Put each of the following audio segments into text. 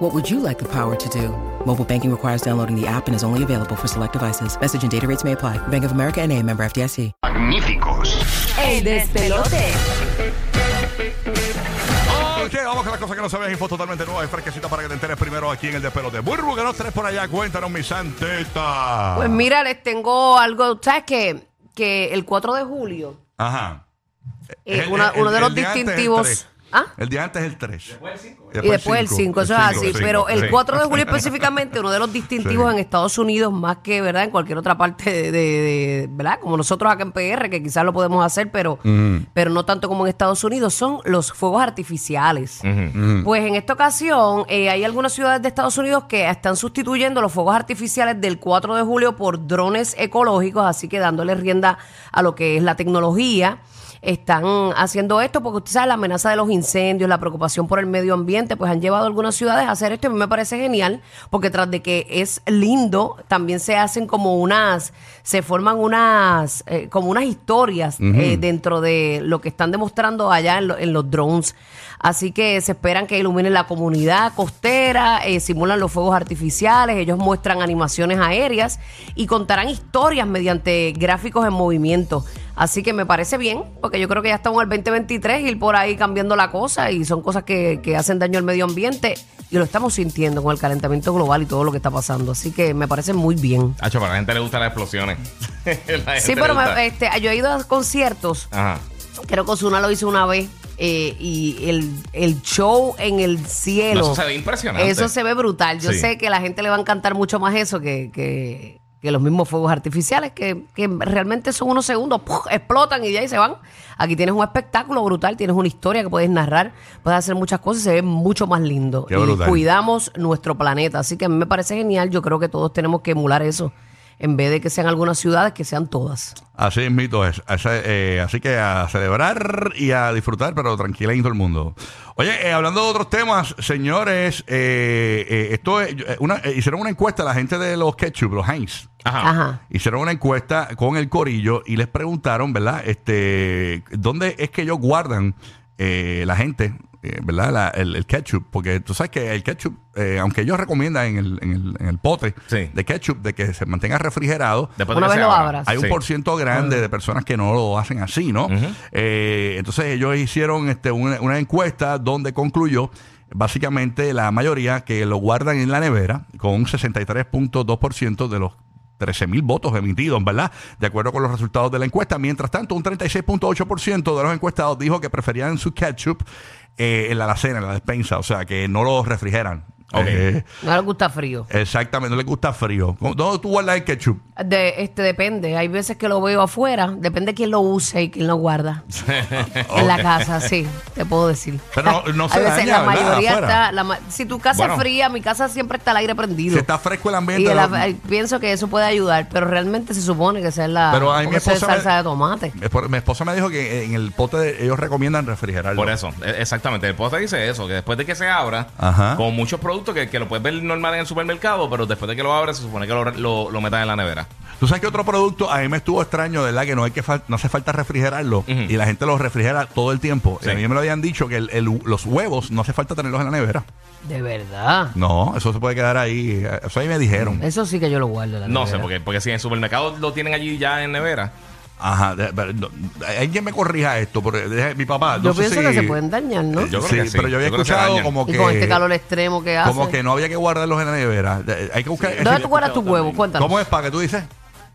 What would you like the power to do? Mobile banking requires downloading the app and is only available for select devices. Message and data rates may apply. Bank of America and a member FDIC. Magníficos. El despelote. Ok, vamos con las cosas que no sabías. Info totalmente nueva y fresquecita para que te enteres primero aquí en el despelote. Burbu, que nos tenés por allá. Cuéntanos, mi santeta. Pues mira, les tengo algo. ¿Sabes qué? Que el 4 de julio, Ajá. eh, una- uno de los día antes es el distintivos- tres. ¿Ah? El día antes es el 3. Después el 5. y después el 5, eso es así. pero el 4 de julio específicamente, uno de los distintivos Sí. en Estados Unidos, más que verdad en cualquier otra parte de, de- de- ¿verdad? Como nosotros acá en PR, que quizás lo podemos hacer, pero, pero no tanto como en Estados Unidos, son los fuegos artificiales. Pues en esta ocasión eh, hay algunas ciudades de Estados Unidos que están sustituyendo los fuegos artificiales del 4 de julio por drones ecológicos, así que dándole rienda a lo que es la tecnología. Están haciendo esto porque usted sabe la amenaza de los incendios, la preocupación por el medio ambiente, pues han llevado a algunas ciudades a hacer esto y a mí me parece genial porque tras de que es lindo, también se hacen como unas, se forman unas, eh, como unas historias eh, dentro de lo que están demostrando allá en, lo- en los drones. Así que se esperan que iluminen la comunidad costera, eh, simulan los fuegos artificiales, ellos muestran animaciones aéreas y contarán historias mediante gráficos en movimiento. Así que me parece bien, porque yo creo que ya estamos en el 2023 y por ahí cambiando la cosa y son cosas que, que hacen daño al medio ambiente y lo estamos sintiendo con el calentamiento global y todo lo que está pasando. Así que me parece muy bien. Hacho, pero a la gente le gustan las explosiones. La gente Sí, le pero me- gusta. este, yo he ido a conciertos Ajá. Creo que Osuna lo hizo una vez. eh, y el, el show en el cielo. No, eso se ve impresionante. Eso se ve brutal. Yo Sí. sé que la gente le va a encantar mucho más eso que, que- que los mismos fuegos artificiales, que, que realmente son unos segundos, ¡puf! explotan y ya y se van. Aquí tienes un espectáculo brutal, tienes una historia que puedes narrar, puedes hacer muchas cosas y se ve mucho más lindo. Qué y brutal. cuidamos nuestro planeta. Así que a mí me parece genial. Yo creo que todos tenemos que emular eso. En vez de que sean algunas ciudades, que sean todas. Así es, mito es. Así, eh, así que a celebrar y a disfrutar, pero tranquila en todo el mundo. Oye, eh, hablando de otros temas, señores, eh, eh, esto es, eh, una- eh, hicieron una encuesta la gente de los ketchup, los Heinz. Ajá. Ajá. Hicieron una encuesta con el corillo y les preguntaron, ¿verdad? Este, ¿Dónde es que ellos guardan eh, la gente, eh, ¿verdad? La- el, el ketchup. Porque tú sabes que el ketchup, eh, aunque ellos recomiendan en el, en el- en el pote Sí. de ketchup de que se mantenga refrigerado, Después Una de que vez se lo abra. abras. hay un Sí. Ah. por ciento grande de personas que no lo hacen así, ¿no? Eh, entonces ellos hicieron este, una, una encuesta donde concluyó básicamente la mayoría que lo guardan en la nevera con un 63.2% de los 13 mil votos emitidos, ¿verdad? De acuerdo con los resultados de la encuesta. Mientras tanto, un 36.8% de los encuestados dijo que preferían su ketchup eh, en la alacena, en la despensa, o sea, que no lo refrigeran. Ok. Eh, No les gusta frío. exactamente, no les gusta frío. ¿Cómo- ¿Dónde tú guardas el ketchup? De, este depende, hay veces que lo veo afuera, depende quién lo use y quién lo guarda. En la casa, sí, te puedo decir. Pero no- no Hay se veces daña, la ¿verdad? mayoría Afuera. está, la ma- si tu casa Bueno. es fría, mi casa siempre está el aire prendido. Si está fresco el ambiente. y el lo- af- ay, pienso que eso puede ayudar, pero realmente se supone que esa es la Pero a mí porque mi eso es esposa me- salsa de tomate. Mi espor- Mi esposa me dijo que eh, en el pote de- ellos recomiendan refrigerarlo. Por eso, e- exactamente. El poste dice eso, que después de que se abra, Ajá. con muchos productos que, que lo puedes ver normal en el supermercado, pero después de que lo abras, se supone que lo, lo, lo metas en la nevera. Tú sabes que otro producto a mí me estuvo extraño, ¿verdad? Que no hay que fal- no hace falta refrigerarlo y la gente lo refrigera todo el tiempo. Y Sí. a mí me lo habían dicho que el- el- los huevos no hace falta tenerlos en la nevera. De verdad. No, eso se puede quedar ahí. eh, Eso ahí me dijeron. Eso sí que yo lo guardo. en la No nevera. sé, porque, porque si en el supermercado lo tienen allí ya en nevera. Ajá. de- pero no- alguien me corrija esto, porque deja- mi papá. Yo no sé pienso si- que se pueden dañar, ¿no? Yo creo sí, que sí. pero yo había Yo creo que se escuchado dañan. como que Y con este calor extremo que hace. como que no había que guardarlos en la nevera. De- Hay que buscar. ¿Dónde tú guardas tus huevos? Cuéntanos. ¿Cómo es para que tú dices?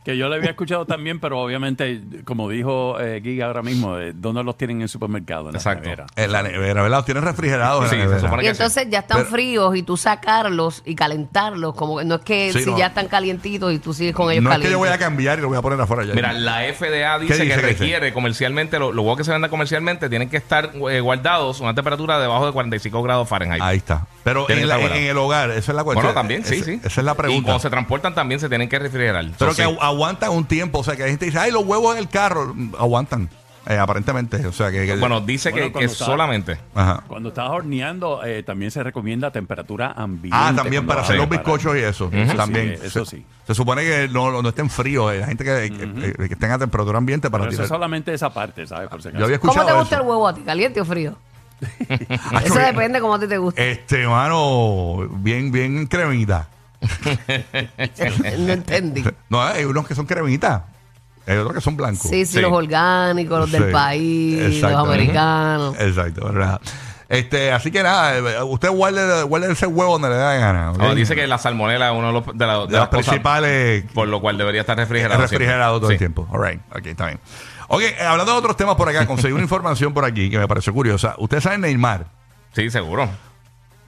Que yo le había escuchado también, pero obviamente, como dijo eh, Giga ahora mismo, eh, ¿dónde los tienen en el supermercado? En la Exacto. nevera. En la nevera, ¿verdad? Los tienen refrigerados Sí, en se la nevera. supone Y que entonces ya están Pero- fríos y tú sacarlos y calentarlos, como que no es que Sí, si no. ya están calientitos y tú sigues con ellos no es que calientes. yo voy a cambiar y lo voy a poner afuera ya. Mira, la FDA ¿Qué dice, dice, que qué dice? requiere comercialmente, lo- los huevos que se vendan comercialmente tienen que estar eh, guardados a una temperatura debajo de 45 grados Fahrenheit. Ahí está. Pero Tiene en, que la- estar en buena. el hogar, esa Pues es la cuestión. Bueno, también, sí, Esa- sí. Esa es la Y cuando pregunta. se transportan también se tienen que refrigerar. Pero So, que sí. a, a aguantan un tiempo. O sea, que hay gente que dice, ay, los huevos en el carro. Aguantan, eh, aparentemente. O sea, que. que- Bueno, dice Bueno, que- que, cuando estaba- solamente. Ajá. Ah, Cuando estás horneando, eh, también se recomienda temperatura ambiente. Ah, también cuando para vas hacer a los preparar. bizcochos y eso. Eso también. sí, eso se, sí. se supone que no, no estén fríos. eh, la gente que, que- que- que tenga temperatura ambiente para Pero eso es tirar. solamente esa parte, ¿sabes? Por si acaso. Yo había escuchado ¿Cómo te gusta eso. el huevo a ti? ¿Caliente o frío? Ay, Eso mira, depende cómo a ti te guste. Este, mano, bien, bien cremita. eh, no entendí. No, hay unos que son cremitas. Hay otros que son blancos. Sí, sí, Sí. los orgánicos, los del Sí. país, los Exacto. americanos. Exacto, verdad. Este, así que nada, eh, usted guarde, guarde ese huevo donde le da la gana. ¿ok? Ah, dice que la salmonela es uno de, los, de, la- de de las principales por lo cual debería estar refrigerado. refrigerado siempre. todo el Sí. tiempo. All right. Ok, está bien. Ok, eh, hablando de otros temas por acá, conseguí una información por aquí que me pareció curiosa. Ustedes saben Neymar. Sí, seguro.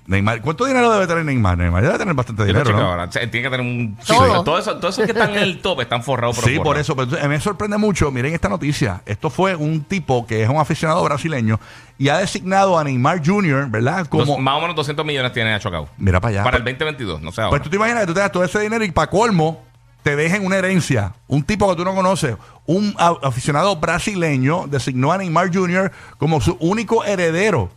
Neymar, ¿cuánto dinero debe tener Neymar? Neymar debe tener bastante Yo lo dinero, chequeo ¿no? ahora. O sea, Tiene que tener un. Sí. Todo. Todos esos todos esos que están en el top están forrados Sí, bueno. por eso. Pero entonces, me sorprende mucho. Miren esta noticia. Esto fue un tipo que es un aficionado brasileño y ha designado a Neymar Jr., ¿verdad? Dos- Como. más o menos 200 millones tiene a Chocao. Mira para allá. Para el 2022, no sé ahora. Pues tú te imaginas que tú te das todo ese dinero y para colmo te dejen una herencia. Un tipo que tú no conoces, un a- aficionado brasileño, designó a Neymar Jr. como su único heredero.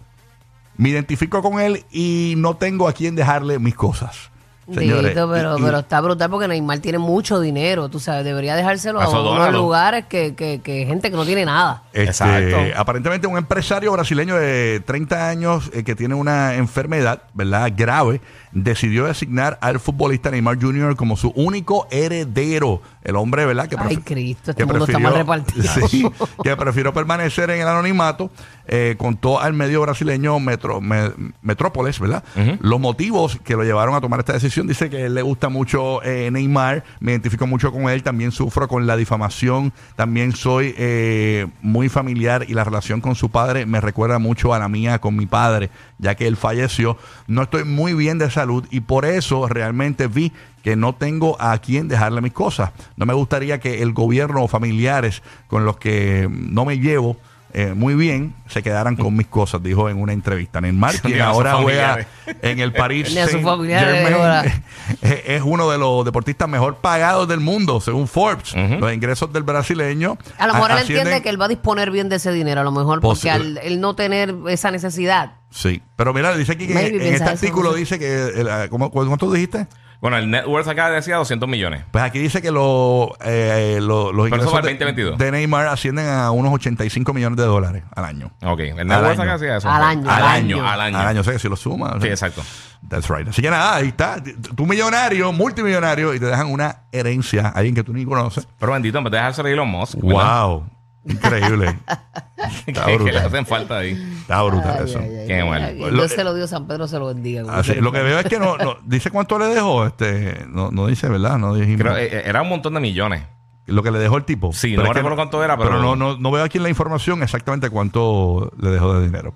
Me identifico con él y no tengo a quién dejarle mis cosas. Eh, Señores, Dito, pero, y- y- pero está brutal porque Neymar tiene mucho dinero, tú sabes, debería dejárselo a, A esos unos dólares. lugares que, que, que gente que no tiene nada. Este, Exacto. Aparentemente un empresario brasileño de 30 años eh, que tiene una enfermedad, ¿verdad? Grave, decidió designar al futbolista Neymar Jr. como su único heredero. El hombre, ¿verdad? Que Ay, prefi- Cristo, este mundo está mal repartido. Sí, que prefirió permanecer en el anonimato. eh, contó al medio brasileño Metro- Me- Metrópolis, ¿verdad? Los motivos que lo llevaron a tomar esta decisión. Dice que él le gusta mucho eh, Neymar, me identifico mucho con él, también sufro con la difamación, también soy eh, muy familiar y la relación con su padre me recuerda mucho a la mía con mi padre, ya que él falleció. No estoy muy bien de salud y por eso realmente vi que no tengo a quién dejarle mis cosas. No me gustaría que el gobierno o familiares con los que no me llevo eh, muy bien se quedaran con mis cosas, dijo en una entrevista. Neymar, quien Ni a sus ahora juega familiares. en el París Ni a sus familiares, Saint-Germain, ¿verdad? eh, es uno de los deportistas mejor pagados del mundo, según Forbes. Los ingresos del brasileño. A lo mejor él ascienden- entiende que él va a disponer bien de ese dinero, a lo mejor Posi- porque al él no tener esa necesidad. Sí, pero mira, dice aquí que Maybe en este piensa eso, artículo no sé. dice que. el- ah, ¿cómo- ¿Cuánto dijiste? Bueno, el net worth acá decía 200 millones. Pues aquí dice que lo, eh, lo- los Pero eso ingresos para el de- 2022. de Neymar ascienden a unos 85 millones de dólares al año. Ok, el net Al worth año. acá decía eso. Al año, Al al año, año. al año. Al año, o sea que si lo suma. o Sí, sea, exacto. That's right. Así que nada, ahí está. Tú millonario, multimillonario, y te dejan una herencia a alguien que tú ni conoces. Pero bendito, en vez de dejárselo a Elon Musk. ¿verdad? ¡Wow! Increíble. Que- Está que le brutal. hacen falta ahí. Está brutal eso. Qué bueno. Ay, Lo- Dios se lo dio, San Pedro se lo bendiga. como Así, quiera. lo que veo es que no, no- dice cuánto le dejó, este, no, no dice, ¿verdad? No dijimos Creo, eh, era un montón de millones. lo que le dejó el tipo. Sí, Ah, Pero no es que recuerdo cuánto era, pero- no, no, no veo aquí en la información exactamente cuánto le dejó de dinero.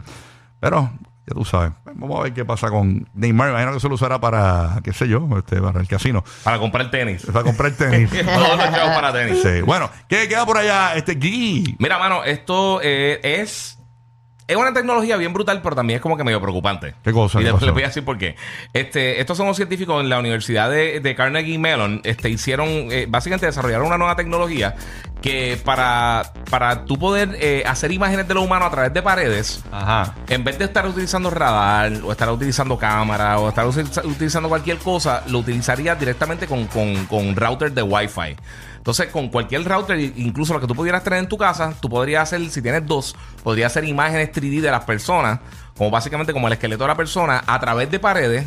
Pero, ya tú sabes, vamos a ver qué pasa con Neymar. Me Imagino que se lo usará para, qué sé yo, este, para el casino, Para comprar tenis. para comprar tenis. Todos los chavos para tenis. Sí. Bueno, ¿qué queda por allá? Este Gui. Mira, mano, esto eh, es. Es una tecnología bien brutal, pero también es como que medio preocupante. ¿Qué cosa? Y ¿Qué después pasó? les voy a decir por qué. Este, estos son unos científicos en la Universidad de, de Carnegie Mellon. Este, hicieron, eh, básicamente desarrollaron una nueva tecnología que para, para tú poder eh, hacer imágenes de lo humano a través de paredes, Ajá. en vez de estar utilizando radar o estar utilizando cámara o estar usi- utilizando cualquier cosa, lo utilizarías directamente con, con, con router de Wi-Fi. Entonces, con cualquier router, i- incluso lo que tú pudieras tener en tu casa, tú podrías hacer, si tienes dos, podrías hacer imágenes 3D de las personas, como básicamente como el esqueleto de la persona, a través de paredes.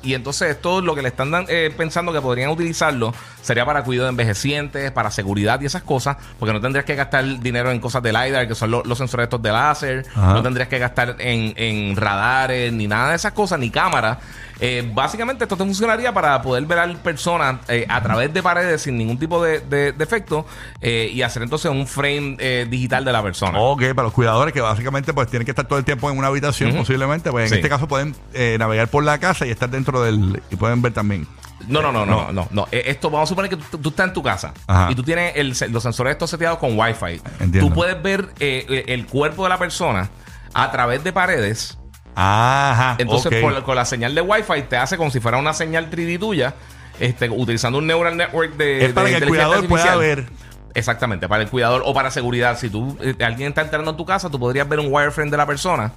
Y entonces esto lo que le están dan- eh, pensando que podrían utilizarlo sería para cuidado de envejecientes, para seguridad y esas cosas, porque no tendrías que gastar dinero en cosas de LiDAR, que son lo- los sensores estos de láser, Ajá. no tendrías que gastar en, en radares, ni nada de esas cosas, ni cámaras. Eh, básicamente esto te funcionaría para poder ver a personas eh, a través de paredes sin ningún tipo de, de- de efecto eh, y hacer entonces un frame eh, digital de la persona. Ok, para los cuidadores que básicamente pues tienen que estar todo el tiempo en una habitación Ujú. posiblemente, pues en Sí. este caso pueden eh, navegar por la casa y estar dentro del y pueden ver también. No, no, no, no, no, no. Eh, Esto, vamos a suponer que tú, tú estás en tu casa Ajá. y tú tienes el se- los sensores estos seteados con Wi-Fi. Entiendo. Tú puedes ver eh, eh, el cuerpo de la persona a través de paredes. Ajá. Entonces, ok. por la- con la señal de Wi-Fi te hace como si fuera una señal 3D tuya. este, utilizando un neural network de. Es para de que el inteligencia cuidador pueda artificial. ver. Exactamente, para el cuidador o para seguridad. Si tú eh, alguien está entrando en tu casa, tú podrías ver un wireframe de la persona,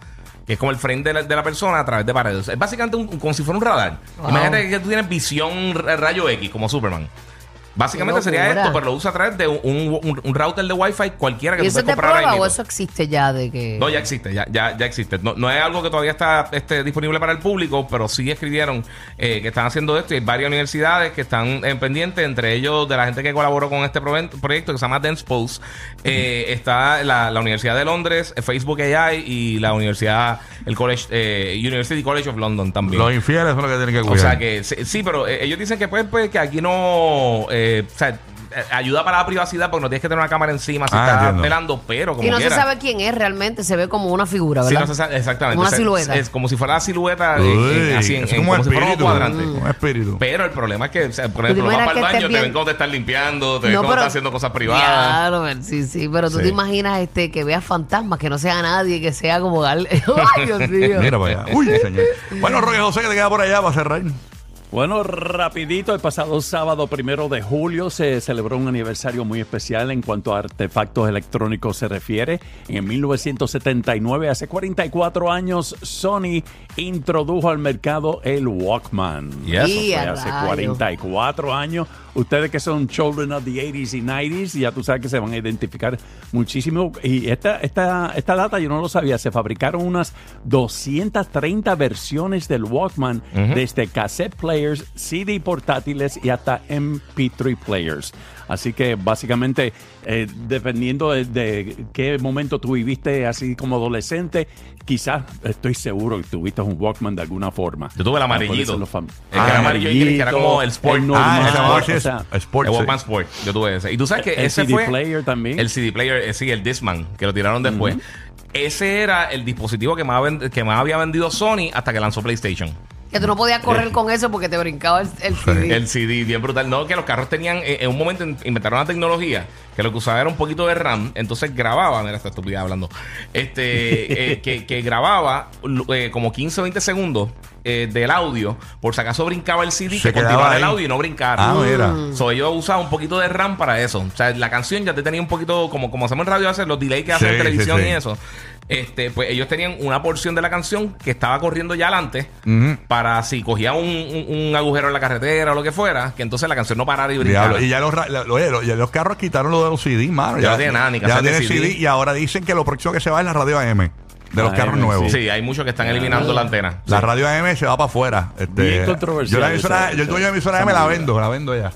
que es como el frame de la, de la persona a través de paredes. Es básicamente un- como si fuera un radar. Wow. Imagínate que tú tienes visión r- rayo X, como Superman. Básicamente Qué sería locura. esto, pero lo usa a través de un, un- un router de Wi-Fi cualquiera que ¿Y tú eso es puedes de comprar ahí prueba o mismo. eso existe ya de que...? No, ya existe, ya, ya, ya existe. No, no es algo que todavía está este, disponible para el público, pero sí escribieron eh, que están haciendo esto y hay varias universidades que están en pendiente, entre ellos de la gente que colaboró con este proven- proyecto que se llama Dance Pulse. Eh, Está la, la Universidad de Londres, eh, Facebook AI y la Universidad, el College, eh, University College of London también. Los infieles son los que tienen que O cuidar. sea que sí, sí, pero eh, ellos dicen que pues, pues, que aquí no eh, o sea, eh, ayuda para la privacidad porque no tienes que tener una cámara encima si Ah, estás entiendo. pelando, pero como y no quiera. se sabe quién es realmente, se ve como una figura, Sí, ¿verdad? no se sabe- exactamente. Una O sea, silueta. Es como si fuera la silueta eh, Uy, eh, así en, es en- como, como, si fuera un espíritu, cuadrante. un espíritu. Pero el problema es que, o sea, por Tú te ejemplo, vas imaginas para Mm. el Pues que estés baño, te ven bien- cómo te estás limpiando, te ven No, cómo pero- estás haciendo cosas privadas. Claro, pero sí, sí, pero tú Sí. te imaginas este que veas fantasmas, que no sea nadie, que sea como darle. Ay, Dios mío. Mira para eh, allá. Uy, señor. Bueno, Roque José, que te queda por allá para cerrar. Bueno, rapidito, el pasado sábado primero de julio se celebró un aniversario muy especial en cuanto a artefactos electrónicos se refiere. En 1979, hace 44 años, Sony introdujo al mercado el Walkman. Y eso Eso Y fue a hace rayos. 44 años. Ustedes que son children of the 80s y 90s, ya tú sabes que se van a identificar muchísimo. Y esta, esta, esta data yo no lo sabía. Se fabricaron unas 230 versiones del Walkman, desde cassette players, CD portátiles y hasta MP3 players. Así que básicamente, eh, dependiendo de, de qué momento tú viviste así como adolescente, quizás estoy seguro que tuviste un Walkman de alguna forma. Yo tuve el Ah, amarillito. puede ser los fam- Ah, El que era amarillo y gris, que era como el Sport. normal, ah, el Sport, sí, o sea, es- Sport, el sí. Walkman Sport, yo tuve ese. Y tú sabes que El ese CD fue player también. el CD player, eh, sí, el Discman, que lo tiraron después. Ese era el dispositivo que más, ven- que más había vendido Sony hasta que lanzó PlayStation. Que tú no podías correr con eso porque te brincaba el, el CD. El CD, bien brutal. No, que los carros tenían, eh, en un momento in- inventaron la tecnología que lo que usaba era un poquito de RAM, entonces grababa, mira esta estupidez hablando, este, eh, que, que grababa lo- eh, como 15 o 20 segundos eh, del audio, por si acaso brincaba el CD, Se que quedaba continuaba ahí. el audio y no brincara. Ah, mira. So, yo usaba un poquito de RAM para eso. O sea, la canción ya te tenía un poquito, como, como hacemos en radio, hacer los delays que hacen Sí, en televisión sí, sí. y eso. Este, pues ellos tenían una porción de la canción que estaba corriendo ya adelante para si cogía un, un- un agujero en la carretera o lo que fuera, que entonces la canción no parara y brincara. Diablo. Y ya los, ra- la- oye, los- ya los carros quitaron lo de los CD, mano. Ya no tiene nada, ni ya cassette tiene de CD. CD. y ahora dicen que lo próximo que se va es la radio AM de los AM, carros Ah, sí. nuevos. Sí, hay muchos que están eliminando la antena. La radio AM se va para afuera. Este, Bien controversial Yo, la emisora- esa- yo el dueño de la emisora esa AM la movida. vendo, la vendo ya.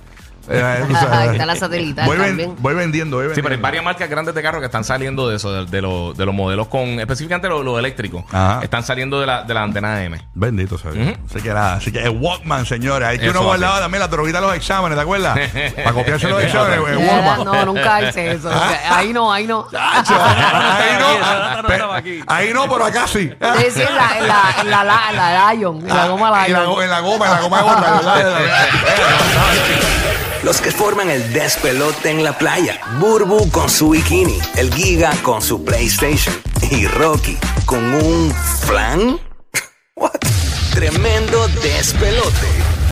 Eh, tú sabes. Ajá, está la satelital voy, ven- también. voy vendiendo, voy vendiendo. Sí, pero hay varias marcas grandes de carros que están saliendo de eso, de, de lo- de los modelos con, específicamente los los eléctricos, Ajá. están saliendo de la, de la antena AM. Bendito sea Dios. Así que nada, así que el Walkman, señores. Ahí que Eso, uno así. guardaba también la droguita de los exámenes, ¿te acuerdas? Para copiarse los exámenes, el Ya, Walkman. no, nunca hice eso. O sea, ahí no, ahí no. Chacho, ahí no, Esa data no pe- estaba aquí. ahí no, pero acá sí. Sí, sí, en la, en la, en la, la- en la Lion, en la goma En Ah, la, Lion. go- en la goma, en la goma gorda, ¿verdad? Los que forman el despelote en la playa. Burbu con su bikini. El Giga con su PlayStation. Y Rocky con un flan. What? Tremendo despelote.